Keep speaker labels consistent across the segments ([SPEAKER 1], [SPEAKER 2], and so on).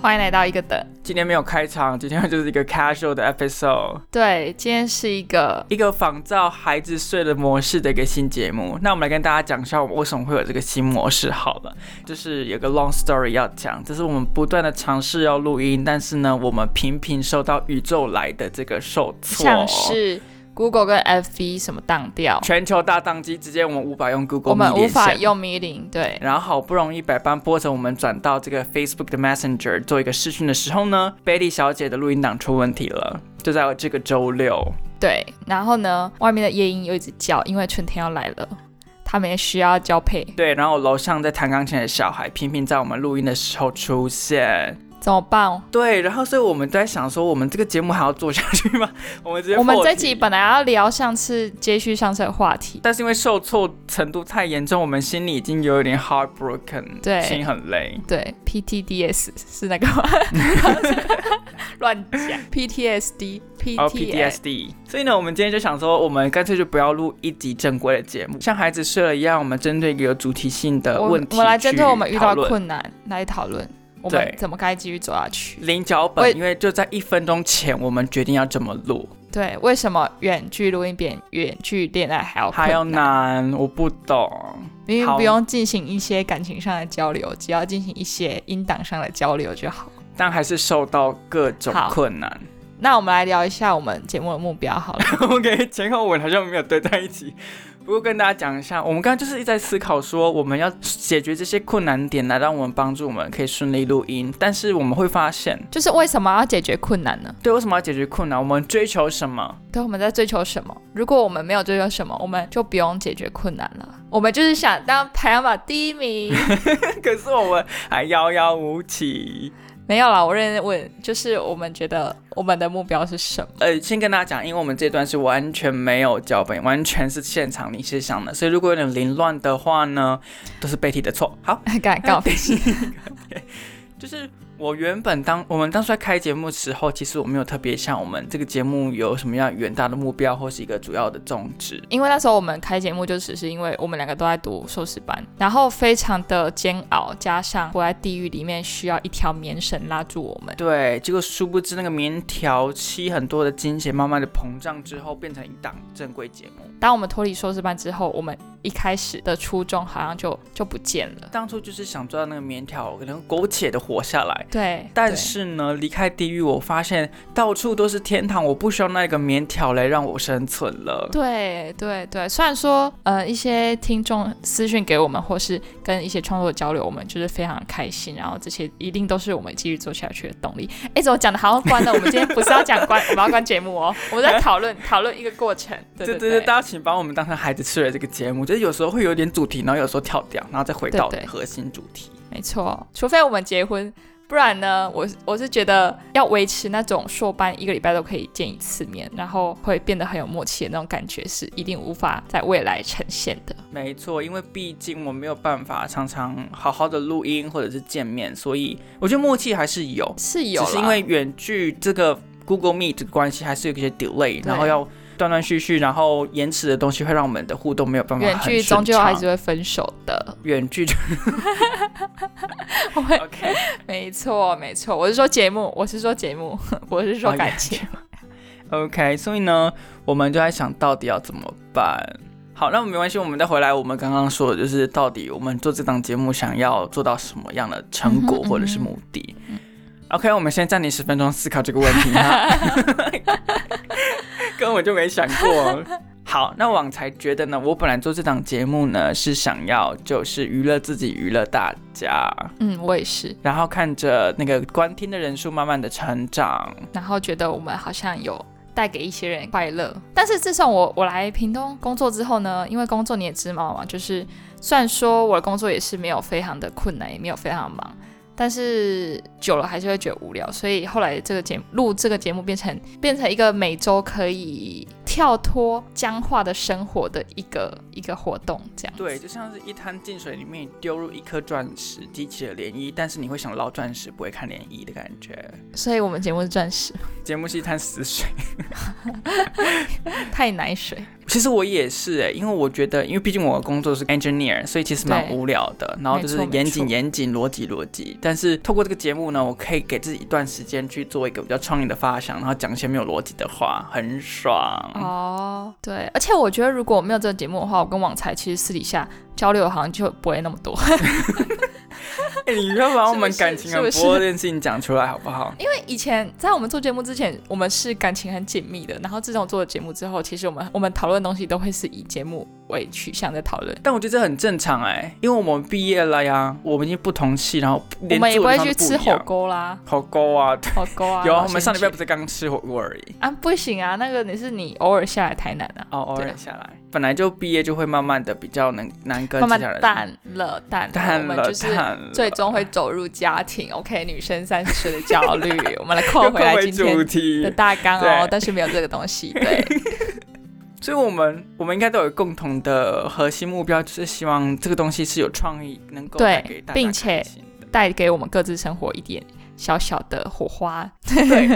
[SPEAKER 1] 欢迎来到一个等。
[SPEAKER 2] 今天没有开场，今天就是一个 casual 的 episode，
[SPEAKER 1] 对，今天是一个
[SPEAKER 2] 一个仿照孩子睡的模式的一个新节目。那我们来跟大家讲一下，我们为什么会有这个新模式好了，就是有个 long story 要讲，这是我们不断的尝试要录音，但是呢，我们频频受到宇宙来的这个受挫，
[SPEAKER 1] 像是 Google 跟 FB 什么当掉，
[SPEAKER 2] 全球大宕机，直接我们无法用 Google，
[SPEAKER 1] 我们
[SPEAKER 2] Meet
[SPEAKER 1] 无法
[SPEAKER 2] 连线
[SPEAKER 1] 用 Meeting，对，
[SPEAKER 2] 然后好不容易百般波折，我们转到这个 Facebook 的 Messenger 做一个视讯的时候呢，Betty 小姐的录音档出问题了，就在这个周六。
[SPEAKER 1] 对。然后呢，外面的夜莺又一直叫，因为春天要来了，他们也需要交配，
[SPEAKER 2] 对，然后楼上在弹钢琴的小孩频频在我们录音的时候出现。
[SPEAKER 1] 怎么办？
[SPEAKER 2] 对，然后所以我们在想说，我们这个节目还要做下去吗？ 我们直接
[SPEAKER 1] 我们
[SPEAKER 2] 破
[SPEAKER 1] 这
[SPEAKER 2] 题
[SPEAKER 1] 集本来要聊上次接续上次的话题，
[SPEAKER 2] 但是因为受挫程度太严重，我们心里已经有一点 heartbroken，
[SPEAKER 1] 对
[SPEAKER 2] 心很累。
[SPEAKER 1] 对，PTDS 是那个吗？ 乱讲，PTSD、
[SPEAKER 2] 哦
[SPEAKER 1] PTS，
[SPEAKER 2] ，PTSD。所以呢，我们今天就想说，我们干脆就不要录一集正规的节目，像孩子睡了一样，我们针对一个有主题性的
[SPEAKER 1] 我
[SPEAKER 2] 问
[SPEAKER 1] 们我
[SPEAKER 2] 题
[SPEAKER 1] 们来针对我们遇到
[SPEAKER 2] 去讨论
[SPEAKER 1] 困难来讨论，我们
[SPEAKER 2] 对
[SPEAKER 1] 怎么该继续走下去。
[SPEAKER 2] 零脚
[SPEAKER 1] 喂
[SPEAKER 2] 本，因为就在一分钟前，我们决定要怎么录，
[SPEAKER 1] 对，为什么远距录音比远距恋爱还要
[SPEAKER 2] 还有
[SPEAKER 1] 困难？
[SPEAKER 2] 难，我不懂。
[SPEAKER 1] 明明
[SPEAKER 2] 好
[SPEAKER 1] 不用进行一些感情上的交流，只要进行一些音档上的交流就好。
[SPEAKER 2] 但还是受到各种
[SPEAKER 1] 好
[SPEAKER 2] 困难。
[SPEAKER 1] 那我们来聊一下我们节目的目标好 了。
[SPEAKER 2] OK，前后文好像没有对在一起。不过跟大家讲一下，我们刚刚就是一直在思考说，我们要解决这些困难点，来让我们帮助我们可以顺利录音。但是我们会发现，
[SPEAKER 1] 就是为什么要解决困难呢？
[SPEAKER 2] 对，为什么要解决困难？我们追求什么？
[SPEAKER 1] 对，我们在追求什么？如果我们没有追求什么，我们就不用解决困难了。我们就是想当排行榜第一 名。
[SPEAKER 2] 可是我们还遥遥无期。
[SPEAKER 1] 没有啦，我认真问，就是我们觉得我们的目标是什 么？
[SPEAKER 2] 呃，先跟大家讲，因为我们这段是完全没有脚本，完全是现场临时想的，所以如果有点凌乱的话呢，都是贝蒂的错。好，
[SPEAKER 1] 干干我屁事？
[SPEAKER 2] 就是我原本当我们当初在开节目的时候，其实我没有特别像我们这个节目有什么样远大的目标或是一个主要的宗旨。
[SPEAKER 1] 因为那时候我们开节目就只是因为我们两个都在读硕士班，然后非常的煎熬，加上我在地狱里面需要一条棉绳拉住我们。
[SPEAKER 2] 对，结果殊不知那个棉条期很多的金钱慢慢的膨胀之后，变成一档正规节目。
[SPEAKER 1] 当我们脱离硕士班之后，我们一开始的初衷好像就就不见了。
[SPEAKER 2] 当初就是想抓那个棉条，可能苟且的活下来。
[SPEAKER 1] 对，
[SPEAKER 2] 但
[SPEAKER 1] 对
[SPEAKER 2] 是呢，离开地狱，我发现到处都是天堂，我不需要那个棉条来让我生存了。
[SPEAKER 1] 对对对，虽然说呃一些听众私讯给我们，或是跟一些创作者交流，我们就是非常开心，然后这些一定都是我们继续做下去的动 力。哎，怎么讲的好像关了？我们今天不是要讲关，我们要关节目哦，我们在讨论讨论一个过程。对
[SPEAKER 2] 对
[SPEAKER 1] 对
[SPEAKER 2] 对，大家请把我们当成孩子吃了这个节目，就是有时候会有点主题，然后有时候跳掉，然后再回到
[SPEAKER 1] 对对
[SPEAKER 2] 核心主题。
[SPEAKER 1] 没错，除非我们结婚，不然呢，我是我是觉得要维持那种硕班一个礼拜都可以见一次面，然后会变得很有默契的那种感觉，是一定无法在未来呈现的。
[SPEAKER 2] 没错，因为毕竟我没有办法常常好好的录音或者是见面，所以我觉得默契还是有，
[SPEAKER 1] 是有啦，
[SPEAKER 2] 只是因为远距这个 Google Meet 的关系，还是有一些 delay，然后要断断续续，然后延迟的东西会让我们的互动没有办法
[SPEAKER 1] 远
[SPEAKER 2] 很
[SPEAKER 1] 距
[SPEAKER 2] 顺
[SPEAKER 1] 终究还
[SPEAKER 2] 畅
[SPEAKER 1] 是会分手的。
[SPEAKER 2] 远距就
[SPEAKER 1] 我会
[SPEAKER 2] OK，
[SPEAKER 1] 没错，没错，我是说节目，我是说节目， 我是
[SPEAKER 2] 哦
[SPEAKER 1] 说感情。
[SPEAKER 2] OK，所以呢，我们就在想到底要怎么办。好，那没关系，我们再回来。我们刚刚说的就是到底我们做这档节目想要做到什么样的成
[SPEAKER 1] 嗯
[SPEAKER 2] 果
[SPEAKER 1] 哼
[SPEAKER 2] 或者是目的。OK，我们先暂停十分钟 思考这个问题哈，根本就没想过。好，那网才觉得呢，我本来做这档节目呢是想要就是娱乐自己，娱乐大家，
[SPEAKER 1] 嗯，我也是。
[SPEAKER 2] 然后看着那个观听的人数慢慢的成长，
[SPEAKER 1] 然后觉得我们好像有带给一些人快乐。但是自从我我来屏东工作之后呢，因为工作你也知道嘛，就是虽然说我的工作也是没有非常的困难，也没有非常忙。但是久了还是会觉得无聊，所以后来这个节目录这个节目变成变成一个每周可以跳脱僵化的生活的一个一个活动，这样子
[SPEAKER 2] 对，就像是一滩进水里面丢入一颗钻石，激起了涟漪，但是你会想捞钻石，不会看涟漪的感觉。
[SPEAKER 1] 所以我们节目是钻石，
[SPEAKER 2] 节目是一滩死水，
[SPEAKER 1] 太奶水。
[SPEAKER 2] 其实我也是哎、因为我觉得，因为毕竟我的工作是 engineer，所以其实蛮
[SPEAKER 1] 对
[SPEAKER 2] 无聊的。然后就是
[SPEAKER 1] 没错
[SPEAKER 2] 严
[SPEAKER 1] 没
[SPEAKER 2] 谨、
[SPEAKER 1] 错
[SPEAKER 2] 严谨、逻辑、逻辑。但是透过这个节目呢，我可以给自己一段时间去做一个比较创意的发想，然后讲一些没有逻辑的话，很爽。
[SPEAKER 1] 哦，对，而且我觉得如果没有这个节目的话，我跟网才其实私底下交流好像就不会那么多，
[SPEAKER 2] 哎、 你不要把我们
[SPEAKER 1] 是不是
[SPEAKER 2] 感情很
[SPEAKER 1] 是不是
[SPEAKER 2] 薄弱这件事情讲出来好不好？
[SPEAKER 1] 因为以前在我们做节目之前，我们是感情很紧密的，然后自从做了节目之后，其实我们我们讨论的东西都会是以节目为取向在讨论。
[SPEAKER 2] 但我觉得这很正常哎、因为我们毕业了呀，我们已经不同系，然后
[SPEAKER 1] 我
[SPEAKER 2] 连
[SPEAKER 1] 们也
[SPEAKER 2] 住
[SPEAKER 1] 不
[SPEAKER 2] 的
[SPEAKER 1] 会
[SPEAKER 2] 地方
[SPEAKER 1] 去
[SPEAKER 2] 都不
[SPEAKER 1] 吃
[SPEAKER 2] 一
[SPEAKER 1] 火
[SPEAKER 2] 样
[SPEAKER 1] 锅啦，
[SPEAKER 2] 火锅啊，对
[SPEAKER 1] 火锅啊。
[SPEAKER 2] 有啊，
[SPEAKER 1] 老
[SPEAKER 2] 我们上礼拜
[SPEAKER 1] 仙
[SPEAKER 2] 不是刚吃火锅而已。
[SPEAKER 1] 姐啊，不行啊，那个你是你偶尔下来台南啊，
[SPEAKER 2] 哦，偶
[SPEAKER 1] 对
[SPEAKER 2] 尔下来，本来就毕业就会慢慢的比较能难跟
[SPEAKER 1] 慢慢
[SPEAKER 2] 其他人
[SPEAKER 1] 淡了淡了，
[SPEAKER 2] 淡
[SPEAKER 1] 我们
[SPEAKER 2] 了，
[SPEAKER 1] 就是
[SPEAKER 2] 淡了。
[SPEAKER 1] 最终会走入家庭。OK，女生三十岁的焦 虑，我们来
[SPEAKER 2] 又
[SPEAKER 1] 扣回来
[SPEAKER 2] 回
[SPEAKER 1] 今
[SPEAKER 2] 主
[SPEAKER 1] 天的
[SPEAKER 2] 题，
[SPEAKER 1] 大纲哦
[SPEAKER 2] 对，
[SPEAKER 1] 但是没有这个东 西。对，
[SPEAKER 2] 所以我们我们应该都有共同的核心目标，就是希望这个东西是有创意，能够
[SPEAKER 1] 对
[SPEAKER 2] 带给大家
[SPEAKER 1] 并且
[SPEAKER 2] 开心的
[SPEAKER 1] 带给我们各自生活一点小小的火花。
[SPEAKER 2] 对。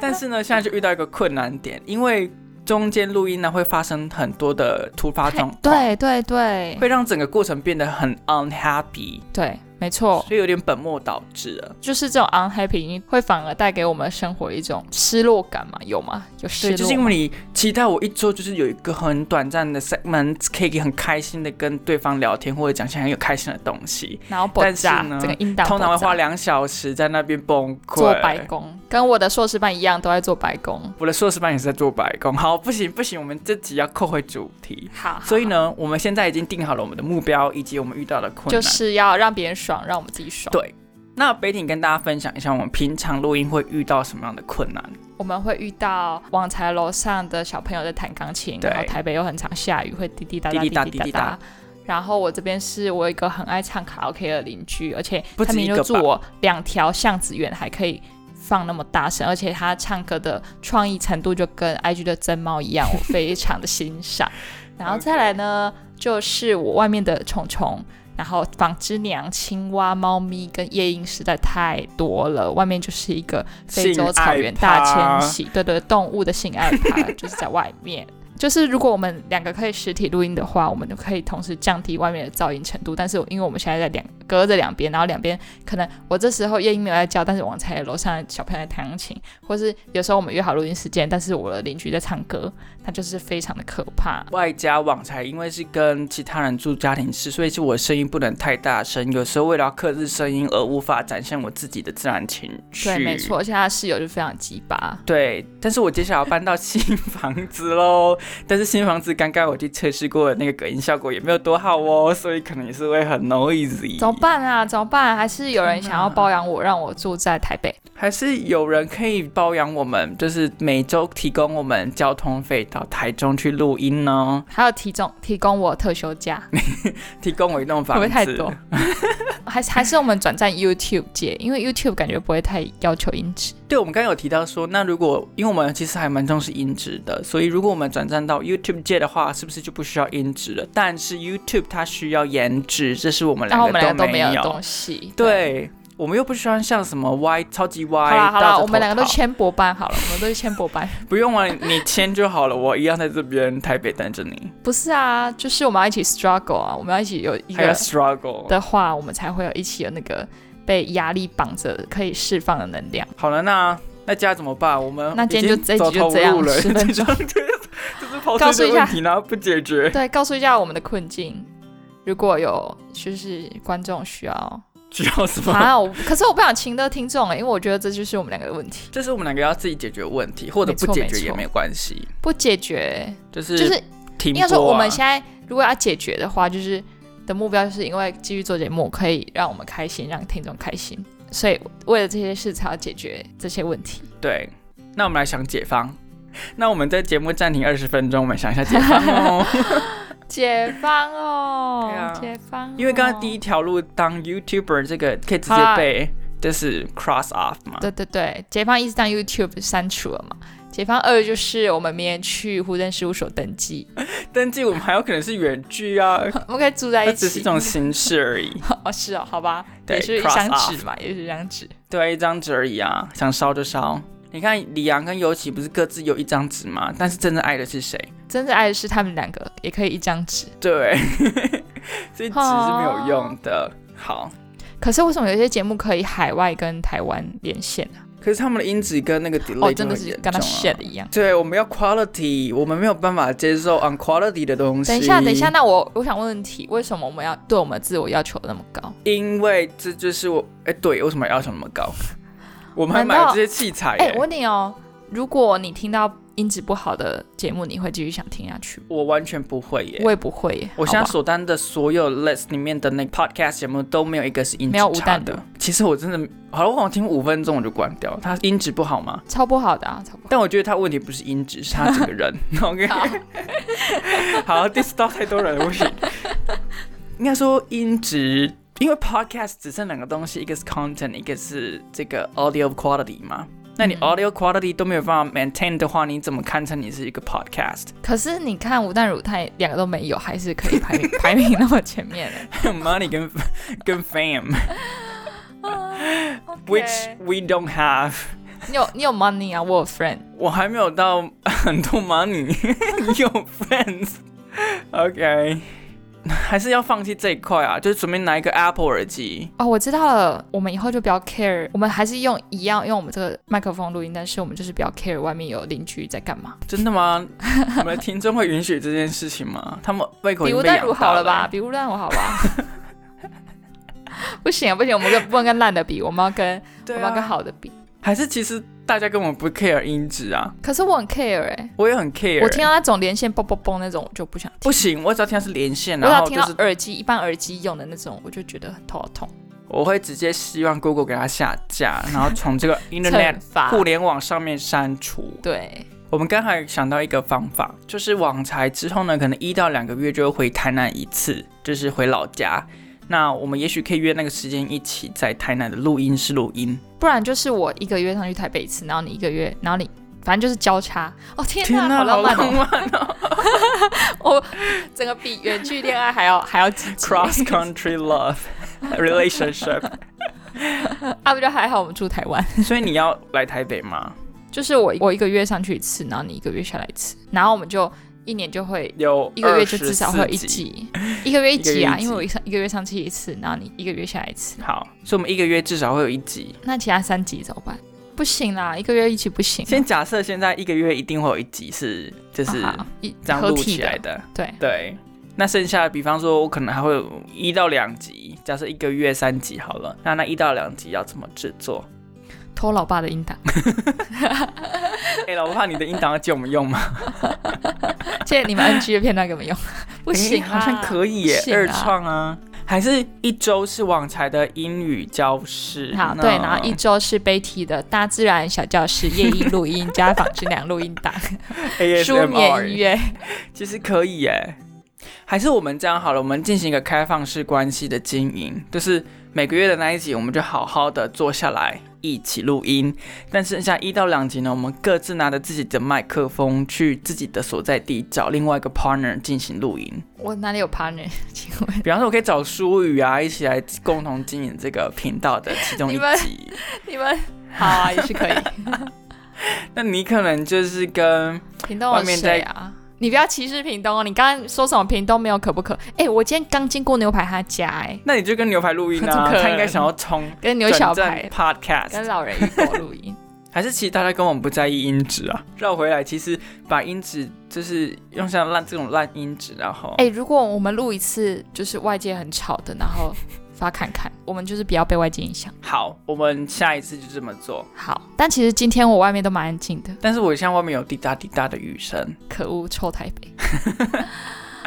[SPEAKER 2] 但是呢，现在就遇到一个困难点，因为中间录音呢会发生很多的突发状况，，
[SPEAKER 1] 对对对
[SPEAKER 2] 会让整个过程变得很 unhappy，
[SPEAKER 1] 对，没错，
[SPEAKER 2] 所以有点本末倒置了。
[SPEAKER 1] 就是这种 unhappy 会反而带给我们生活一种失落感嘛？有吗？有失
[SPEAKER 2] 对，
[SPEAKER 1] 落？
[SPEAKER 2] 就是因为你期待我一周就是有一个很短暂的 segment，可以很开心的跟对方聊天，或者讲一些很有开心的东西，
[SPEAKER 1] 然后爆炸
[SPEAKER 2] 但是呢，
[SPEAKER 1] 整个音档
[SPEAKER 2] 通常会
[SPEAKER 1] 爆炸
[SPEAKER 2] 花两小时在那边崩溃。
[SPEAKER 1] 做白工，跟我的硕士班一样，都在做白工。
[SPEAKER 2] 我的硕士班也是在做白工。好，不行不行，我们这集要扣回主题。
[SPEAKER 1] 好，好
[SPEAKER 2] 所以，呢，我们现在已经定好了我们的目标以及我们遇到的困
[SPEAKER 1] 好
[SPEAKER 2] 难。
[SPEAKER 1] 就是要让别人爽，让我们自己爽。
[SPEAKER 2] 对。那北挺跟大家分享一下，我们平常录音会遇到什么样的困难？
[SPEAKER 1] 我们会遇到旺财楼上的小朋友在弹钢琴，
[SPEAKER 2] 对
[SPEAKER 1] 然后台北又很常下雨，会滴滴答
[SPEAKER 2] 滴
[SPEAKER 1] 滴
[SPEAKER 2] 滴答
[SPEAKER 1] 滴
[SPEAKER 2] 滴滴答
[SPEAKER 1] 答。然后我这边是我有一个很爱唱卡拉 OK 的邻居，而且
[SPEAKER 2] 不
[SPEAKER 1] 他
[SPEAKER 2] 止
[SPEAKER 1] 明
[SPEAKER 2] 一
[SPEAKER 1] 明
[SPEAKER 2] 个
[SPEAKER 1] 就
[SPEAKER 2] 吧
[SPEAKER 1] 住我两条巷子远，还可以放那么大声，而且他唱歌的创意程度就跟 IG 的真猫一样，我非常的欣 赏。然后再来呢就是我外面的虫虫，然后纺织娘、青蛙、猫咪跟夜莺实在太多了，外面就是一个非洲草原大迁徙，对对，动物的性爱趴 就是在外面。就是如果我们两个可以实体录音的话，我们就可以同时降低外面的噪音程度。但是因为我们现在在两隔着两边，然后两边可能我这时候夜莺没有在叫，但是王才楼上的小朋友在弹钢琴，或是有时候我们约好录音时间，但是我的邻居在唱歌，那就是非常的可怕。
[SPEAKER 2] 外加网才，因为是跟其他人住家庭式，所以是我的声音不能太大声。有时候为了要克制声音而无法展现我自己的自然情绪。
[SPEAKER 1] 对，没错，。而且他的室友就非常鸡巴。
[SPEAKER 2] 对，但是我接下来要搬到新房子喽。但是新房子刚刚我去测试过的那个隔音效果也没有多好哦，所以可能也是会很 noisy。
[SPEAKER 1] 怎么办啊？怎么办？还是有人想要
[SPEAKER 2] 天哪
[SPEAKER 1] 包养我，让我住在台北？
[SPEAKER 2] 还是有人可以包养我们，就是每周提供我们交通费到台中去录音呢？
[SPEAKER 1] 还有提供提供我特休假，
[SPEAKER 2] 提供我一栋
[SPEAKER 1] 会
[SPEAKER 2] 房
[SPEAKER 1] 不
[SPEAKER 2] 子。
[SPEAKER 1] 会太 多？还是还是我们转战 YouTube 界，因为 YouTube 感觉不会太要求音质。
[SPEAKER 2] 对，我们刚刚有提到说，那如果因为我们其实还蛮重视音质的，所以如果我们转战到 YouTube 界的话，是不是就不需要音质了？但是 YouTube 它需要颜值，这是我们
[SPEAKER 1] 然哦后我们两
[SPEAKER 2] 两
[SPEAKER 1] 个
[SPEAKER 2] 个
[SPEAKER 1] 都
[SPEAKER 2] 没
[SPEAKER 1] 没有东西。
[SPEAKER 2] 对，我们又不喜欢像什么歪超级歪，
[SPEAKER 1] 好啦好
[SPEAKER 2] 大
[SPEAKER 1] 啦，
[SPEAKER 2] 着
[SPEAKER 1] 我们
[SPEAKER 2] 头
[SPEAKER 1] 两个都
[SPEAKER 2] 跑
[SPEAKER 1] 签博班好了，我们都是签博班。
[SPEAKER 2] 不用啊，你签就好了，我一样在这边台北等着你。
[SPEAKER 1] 不是啊，就是我们要一起 struggle 啊，我们要一起有一
[SPEAKER 2] 还有
[SPEAKER 1] 个
[SPEAKER 2] struggle。
[SPEAKER 1] 的话，我们才会有一起有那个被压力绑着可以释放的能 量。
[SPEAKER 2] 好了，那那家怎么办？我们
[SPEAKER 1] 那今天就
[SPEAKER 2] 已经
[SPEAKER 1] 这一集
[SPEAKER 2] 走投
[SPEAKER 1] 就这样
[SPEAKER 2] 无路了，
[SPEAKER 1] 10分钟
[SPEAKER 2] 这 就是抛
[SPEAKER 1] 告
[SPEAKER 2] 出
[SPEAKER 1] 诉
[SPEAKER 2] 一
[SPEAKER 1] 一
[SPEAKER 2] 个
[SPEAKER 1] 下
[SPEAKER 2] 问题，然后不解决，
[SPEAKER 1] 对，告诉一下我们的困境。如果有就是观众需 要
[SPEAKER 2] 需要什么？
[SPEAKER 1] 啊，我可是我不想请的听众哎，因为我觉得这就是我们两个的问题，
[SPEAKER 2] 这是我们两个要自己解决的问题，或者
[SPEAKER 1] 没
[SPEAKER 2] 不
[SPEAKER 1] 错
[SPEAKER 2] 解
[SPEAKER 1] 没
[SPEAKER 2] 决也
[SPEAKER 1] 错
[SPEAKER 2] 没关系，
[SPEAKER 1] 不解决
[SPEAKER 2] 就是
[SPEAKER 1] 就是应
[SPEAKER 2] 停播、
[SPEAKER 1] 该
[SPEAKER 2] 啊。
[SPEAKER 1] 说我们现在如果要解决的话，就是的目标就是因为继续做节目可以让我们开心，让听众开心，所以为了这些事才要解决这些问 题。
[SPEAKER 2] 对，那我们来想解方。 那我们在节目暂停二十分钟，我们想一下解方 哦。
[SPEAKER 1] 解放哦，
[SPEAKER 2] 对啊
[SPEAKER 1] 解放哦、
[SPEAKER 2] 因为刚刚第一条路当 YouTuber 这个可以直接
[SPEAKER 1] 好啦
[SPEAKER 2] 被就是 cross off 嘛。
[SPEAKER 1] 对对对，解放一是当 YouTube 删除了嘛，解放二就是我们明天去户政事务所登记，
[SPEAKER 2] 登记我们还有可能是远距啊，
[SPEAKER 1] 我们可以住在
[SPEAKER 2] 那
[SPEAKER 1] 一
[SPEAKER 2] 只是
[SPEAKER 1] 起
[SPEAKER 2] 一。种形式而已。
[SPEAKER 1] 哦，是哦，好吧，
[SPEAKER 2] 对
[SPEAKER 1] 也是一
[SPEAKER 2] cross
[SPEAKER 1] 张
[SPEAKER 2] off
[SPEAKER 1] 纸嘛，也是一张纸。
[SPEAKER 2] 对，一张纸而已啊，想烧就烧。你看李阳跟尤其不是各自有一张纸吗？但是真正爱的是谁？
[SPEAKER 1] 真正爱的是他们两个，也可以一张纸。
[SPEAKER 2] 对，所以纸是没有用的。好，
[SPEAKER 1] 可是为什么有些节目可以海外跟台湾连线啊？
[SPEAKER 2] 可是他们的音质跟那个 delay、
[SPEAKER 1] 哦，真的是跟他 shit 一样。
[SPEAKER 2] 啊对，我们要 quality，我们没有办法接受 on quality 的东西。
[SPEAKER 1] 等一下，等一下，那我我想问问题，为什么我们要对我们自我要求那么高？
[SPEAKER 2] 因为这就是我，哎、对，为什么要求那么高？我们还买
[SPEAKER 1] 难
[SPEAKER 2] 了
[SPEAKER 1] 道
[SPEAKER 2] 这些器材、
[SPEAKER 1] 哎、
[SPEAKER 2] 哎、
[SPEAKER 1] 我问你哦，如果你听到音质不好的节目，你会继续想听下去吗？
[SPEAKER 2] 我完全不会耶。
[SPEAKER 1] 我也不会耶。
[SPEAKER 2] 我
[SPEAKER 1] 好
[SPEAKER 2] 现在
[SPEAKER 1] 吧
[SPEAKER 2] 所单的所有 list 里面的那个 podcast 节目都没有一个是音质
[SPEAKER 1] 没有无
[SPEAKER 2] 差
[SPEAKER 1] 弹
[SPEAKER 2] 的。 其实我真的好了，我好像听五分钟我就关掉了。他音质不好吗？
[SPEAKER 1] 超不好的啊，超不 好。
[SPEAKER 2] 但我觉得他问题不是音质，是他整个人。OK，
[SPEAKER 1] 好
[SPEAKER 2] 好，diss 到太多人了，不行。应该说音质，因为 podcast 只剩两个东西，一个是 content，一个是这个 audio quality 嘛。那你
[SPEAKER 1] 嗯
[SPEAKER 2] audio quality 都没有办法 maintain 的话，你怎么堪称你是一个 podcast？
[SPEAKER 1] 可是你看吴淡如，她也两个都没有，还是可以排名 排名那么前面的。
[SPEAKER 2] money 跟 跟 fame，which
[SPEAKER 1] 啊 OK
[SPEAKER 2] we don't have。
[SPEAKER 1] 你有你有 money 啊，我有 friend。
[SPEAKER 2] 我还没有到很多 money，有 friends。OK，还是要放弃这一块啊，就准备拿一个 Apple 耳机。
[SPEAKER 1] 哦，我知道了，我们以后就不要 care，我们还是用一样用我们这个麦克风录音，但是我们就是不要 care 外面有邻居在干嘛。
[SPEAKER 2] 真的吗？我们的听众会允许这件事情吗？ 他们胃口
[SPEAKER 1] 比
[SPEAKER 2] 已经
[SPEAKER 1] 吴
[SPEAKER 2] 被
[SPEAKER 1] 淡如
[SPEAKER 2] 养
[SPEAKER 1] 好
[SPEAKER 2] 大
[SPEAKER 1] 了吧？？比吴淡如好 吧？不行、啊、不行，我们跟不能跟烂的比，我们要跟、
[SPEAKER 2] 对
[SPEAKER 1] 我们要跟
[SPEAKER 2] 啊，
[SPEAKER 1] 好的比。
[SPEAKER 2] 还是其实大家根本不 care 音质啊，
[SPEAKER 1] 可是我很 care 哎、
[SPEAKER 2] 我也很 care。
[SPEAKER 1] 我听到那种连线嘣嘣嘣那种，我就不想听。
[SPEAKER 2] 不行，我只要听到是连线，
[SPEAKER 1] 我只
[SPEAKER 2] 然
[SPEAKER 1] 要
[SPEAKER 2] 后
[SPEAKER 1] 听
[SPEAKER 2] 就
[SPEAKER 1] 到
[SPEAKER 2] 是
[SPEAKER 1] 耳机一般耳机用的那种，我就觉得很头痛。
[SPEAKER 2] 我会直接希望 Google 给它下架，然后从这个
[SPEAKER 1] 嗯
[SPEAKER 2] Internet
[SPEAKER 1] 惩罚
[SPEAKER 2] 互联网上面删除。
[SPEAKER 1] 对，
[SPEAKER 2] 我们刚才想到一个方法，就是往才之后呢，可能一到两个月就会回台南一次，就是回老家。那我们也许可以约那个时间一起在台南的录音室录音。
[SPEAKER 1] 不然就是我一个月上去台北一次，然后你一个月，然后你反正就是交叉。哦天哪，好浪漫哦！
[SPEAKER 2] 漫哦
[SPEAKER 1] 我整个比远距恋爱还要还要 积极。
[SPEAKER 2] ！Cross country love relationship。
[SPEAKER 1] 啊，不就还好我们住台湾，
[SPEAKER 2] 所以你要来台北吗？
[SPEAKER 1] 就是我我一个月上去一次，然后你一个月下来一次，然后我们就一年就会。
[SPEAKER 2] 有
[SPEAKER 1] 一个月就至少会有一
[SPEAKER 2] 24集。
[SPEAKER 1] 集，一个月一集啊，
[SPEAKER 2] 一个月一集
[SPEAKER 1] 因为我一上一个月上去一次，然后你一个月下来一次，
[SPEAKER 2] 好，所以我们一个月至少会有一集。
[SPEAKER 1] 那其他三集怎么办？不行啦，一个月一集不行啊。
[SPEAKER 2] 先假设现在一个月一定会有一集是就是
[SPEAKER 1] 啊好一
[SPEAKER 2] 这样
[SPEAKER 1] 合
[SPEAKER 2] 录
[SPEAKER 1] 体
[SPEAKER 2] 起来
[SPEAKER 1] 的，
[SPEAKER 2] 的。
[SPEAKER 1] 对，
[SPEAKER 2] 对，那剩下的，比方说，我可能还会有一到两集，假设一个月三集好了，那那一到两集要怎么制作？
[SPEAKER 1] 偷老爸的音档，
[SPEAKER 2] 哎、老爸，你的音档要借我们用吗？
[SPEAKER 1] 借你们 NG 的片段给我们用，不行
[SPEAKER 2] 哎
[SPEAKER 1] 啊，
[SPEAKER 2] 好像可以耶
[SPEAKER 1] 不，行啊
[SPEAKER 2] 二创啊，还是一周是网才的英语教室。
[SPEAKER 1] 好，
[SPEAKER 2] 那
[SPEAKER 1] 对，然后一周是 Betty 的大自然小教室夜莺录音加纺织娘录音 档，舒眠音
[SPEAKER 2] ASMR，
[SPEAKER 1] 乐，
[SPEAKER 2] 欸其实可以耶。还是我们这样好了，我们进行一个开放式关系的经营，就是每个月的那一集，我们就好好的坐下来一起录音。但剩下一到两集呢，我们各自拿着自己的麦克风去自己的所在地找另外一个 partner 进行录音。
[SPEAKER 1] 我哪里有 partner？请问
[SPEAKER 2] 比方说，我可以找舒宇啊，一起来共同经营这个频道的其中一
[SPEAKER 1] 你们
[SPEAKER 2] 集。
[SPEAKER 1] 你们好啊，也是可以。
[SPEAKER 2] 那你可能就是跟
[SPEAKER 1] 屏东有
[SPEAKER 2] 外面
[SPEAKER 1] 谁啊？你不要歧视屏东哦！你刚刚说什么屏东没有可不可？哎、我今天刚经过牛排他家、哎，
[SPEAKER 2] 那你就跟牛排录 音
[SPEAKER 1] 怎么
[SPEAKER 2] 啊，
[SPEAKER 1] 可能
[SPEAKER 2] 他应该想要冲
[SPEAKER 1] 跟牛小
[SPEAKER 2] 转
[SPEAKER 1] 排
[SPEAKER 2] 战、podcast，
[SPEAKER 1] 跟老人一狗录 音。
[SPEAKER 2] 还是其实大家根本不在意音质啊？绕回来，其实把音质就是用像烂这种烂音质，然后
[SPEAKER 1] 哎、如果我们录一次就是外界很吵的，然后发看看，我们就是不要被外界影响。
[SPEAKER 2] 好，我们下一次就这么做。
[SPEAKER 1] 好，但其实今天我外面都蛮安静的，
[SPEAKER 2] 但是我像外面有滴答滴答的雨声，
[SPEAKER 1] 可恶，臭台 北。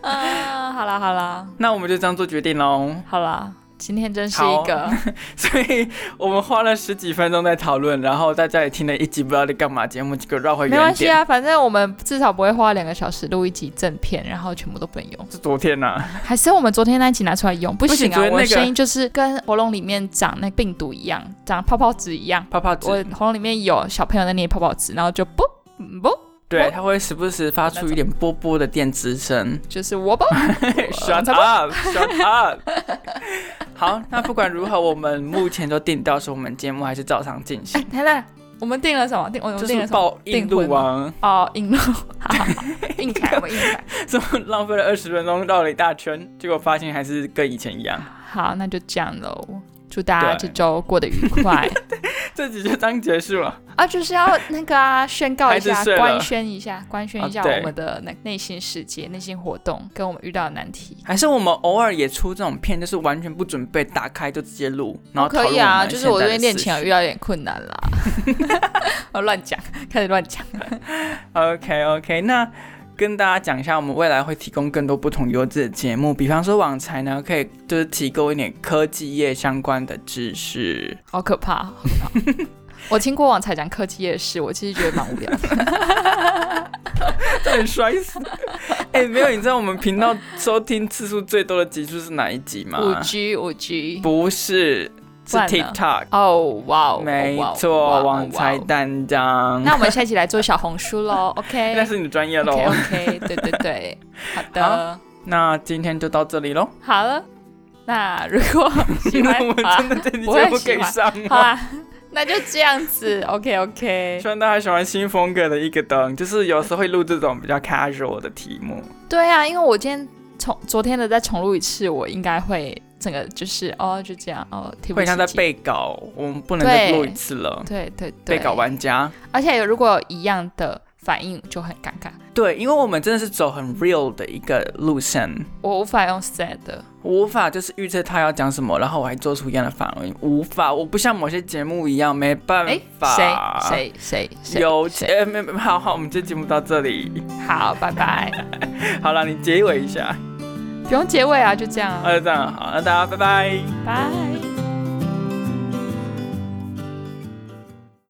[SPEAKER 1] 啊，好啦好啦
[SPEAKER 2] 那我们就这样做决定喽。
[SPEAKER 1] 好啦，今天真是一个
[SPEAKER 2] 所以我们花了十几分钟在讨论，然后大家也听了一集不知道在干嘛节目，结果绕回
[SPEAKER 1] 没关
[SPEAKER 2] 原
[SPEAKER 1] 系
[SPEAKER 2] 点。
[SPEAKER 1] 啊，反正我们至少不会花两个小时录一集正片，然后全部都不能用。
[SPEAKER 2] 是昨天啊呐、
[SPEAKER 1] 还是我们昨天那一集拿出来用，不
[SPEAKER 2] 不行
[SPEAKER 1] 行啊！
[SPEAKER 2] 昨天
[SPEAKER 1] 我
[SPEAKER 2] 那
[SPEAKER 1] 的
[SPEAKER 2] 个
[SPEAKER 1] 声音就是跟喉咙里面长那病毒一样，长泡泡纸一样。
[SPEAKER 2] 泡泡
[SPEAKER 1] 我
[SPEAKER 2] 纸，
[SPEAKER 1] 喉咙里面有小朋友在捏泡泡纸，然后就不不，
[SPEAKER 2] 对，它会时不时发出一点波波的电子声。
[SPEAKER 1] 就是我 不。
[SPEAKER 2] Shut up! Shut up! 好，那不管如何，我们目前都定调说我们节目还是照常进行。
[SPEAKER 1] 太太，我们定了什么？定我
[SPEAKER 2] 就
[SPEAKER 1] 们定
[SPEAKER 2] 是
[SPEAKER 1] 了什么？
[SPEAKER 2] 报印度 王，
[SPEAKER 1] 哦，硬路，好好好，硬凯，我们硬凯。
[SPEAKER 2] 怎么浪费了二十分钟绕了一大圈，结果发现还是跟以前一样。
[SPEAKER 1] 好，那就这样喽。祝大家
[SPEAKER 2] 对
[SPEAKER 1] 这周过得愉快
[SPEAKER 2] 这集就当结束了。
[SPEAKER 1] 啊！就是要那个啊，宣告一
[SPEAKER 2] 孩
[SPEAKER 1] 下
[SPEAKER 2] 子睡，了
[SPEAKER 1] 官宣一下，官宣一下
[SPEAKER 2] 啊对
[SPEAKER 1] 我们的那内心世界、内心活动跟我们遇到的难题。
[SPEAKER 2] 还是我们偶尔也出这种片，就是完全不准备，打开就直接录，然后
[SPEAKER 1] 可以
[SPEAKER 2] 讨论
[SPEAKER 1] 啊，
[SPEAKER 2] 们
[SPEAKER 1] 就是我最
[SPEAKER 2] 现在的
[SPEAKER 1] 近练
[SPEAKER 2] 事
[SPEAKER 1] 琴有
[SPEAKER 2] 情。
[SPEAKER 1] 遇到一点困难啦。 我乱讲，开始乱讲。
[SPEAKER 2] OK OK，那跟大家讲一下，我们未来会提供更多不同优质的节目，比方说网才呢，可以就是提供一点科技业相关的知识。
[SPEAKER 1] 好可怕，好可怕！ 我听过网才讲科技夜市，我其实觉得蛮无聊的。
[SPEAKER 2] 这很摔死！ 哎、没有，你知道我们频道收听次数最多的集数是哪一集吗？
[SPEAKER 1] 五 G，五 G，
[SPEAKER 2] 不是，是
[SPEAKER 1] 不然呢
[SPEAKER 2] TikTok。
[SPEAKER 1] 哦，哇哦，
[SPEAKER 2] 没
[SPEAKER 1] 哇哦
[SPEAKER 2] 错，网才。
[SPEAKER 1] 哇哦哇哦
[SPEAKER 2] 担当。
[SPEAKER 1] 那我们下一期来做小红书 喽，OK？
[SPEAKER 2] 那是你的专业喽。
[SPEAKER 1] OK OK，对对 对，好的，
[SPEAKER 2] 那今天就到这里喽。
[SPEAKER 1] 好了。那如 果喜欢
[SPEAKER 2] 那我，们
[SPEAKER 1] 好
[SPEAKER 2] 真
[SPEAKER 1] 啦
[SPEAKER 2] 的这期
[SPEAKER 1] 我也
[SPEAKER 2] 节目
[SPEAKER 1] 喜
[SPEAKER 2] 给
[SPEAKER 1] 欢
[SPEAKER 2] 上
[SPEAKER 1] 好
[SPEAKER 2] 了。
[SPEAKER 1] 啦，那就这样子，OK OK
[SPEAKER 2] 希。望大家喜欢新风格的一个灯，就是有时候会录这种比较 casual 的题目。
[SPEAKER 1] 对啊，因为我今天重昨天的再重录一次，我应该会整个就是哦，就这样哦，提不
[SPEAKER 2] 会
[SPEAKER 1] 起
[SPEAKER 2] 像在
[SPEAKER 1] 劲。
[SPEAKER 2] 背稿，我们不能再
[SPEAKER 1] 对
[SPEAKER 2] 录一次了。
[SPEAKER 1] 对对对，
[SPEAKER 2] 背稿玩家，
[SPEAKER 1] 而且如果有一样的反应就很尴尬，
[SPEAKER 2] 对，因为我们真的是走很 real 的一个路线，
[SPEAKER 1] 我无法用 sad 的。
[SPEAKER 2] 我无法就是预测他要讲什么，然后我还做出一样的反应，无法，我不像某些节目一样没办
[SPEAKER 1] 哎，
[SPEAKER 2] 法。
[SPEAKER 1] 谁谁谁谁
[SPEAKER 2] 有
[SPEAKER 1] 谁
[SPEAKER 2] 哎，没没，好好，我们这节目到这里。
[SPEAKER 1] 好，拜拜，
[SPEAKER 2] 好了，你结尾一下，
[SPEAKER 1] 不用结尾啊，就这样啊，
[SPEAKER 2] 那就这样，好，那大家拜拜。
[SPEAKER 1] 拜。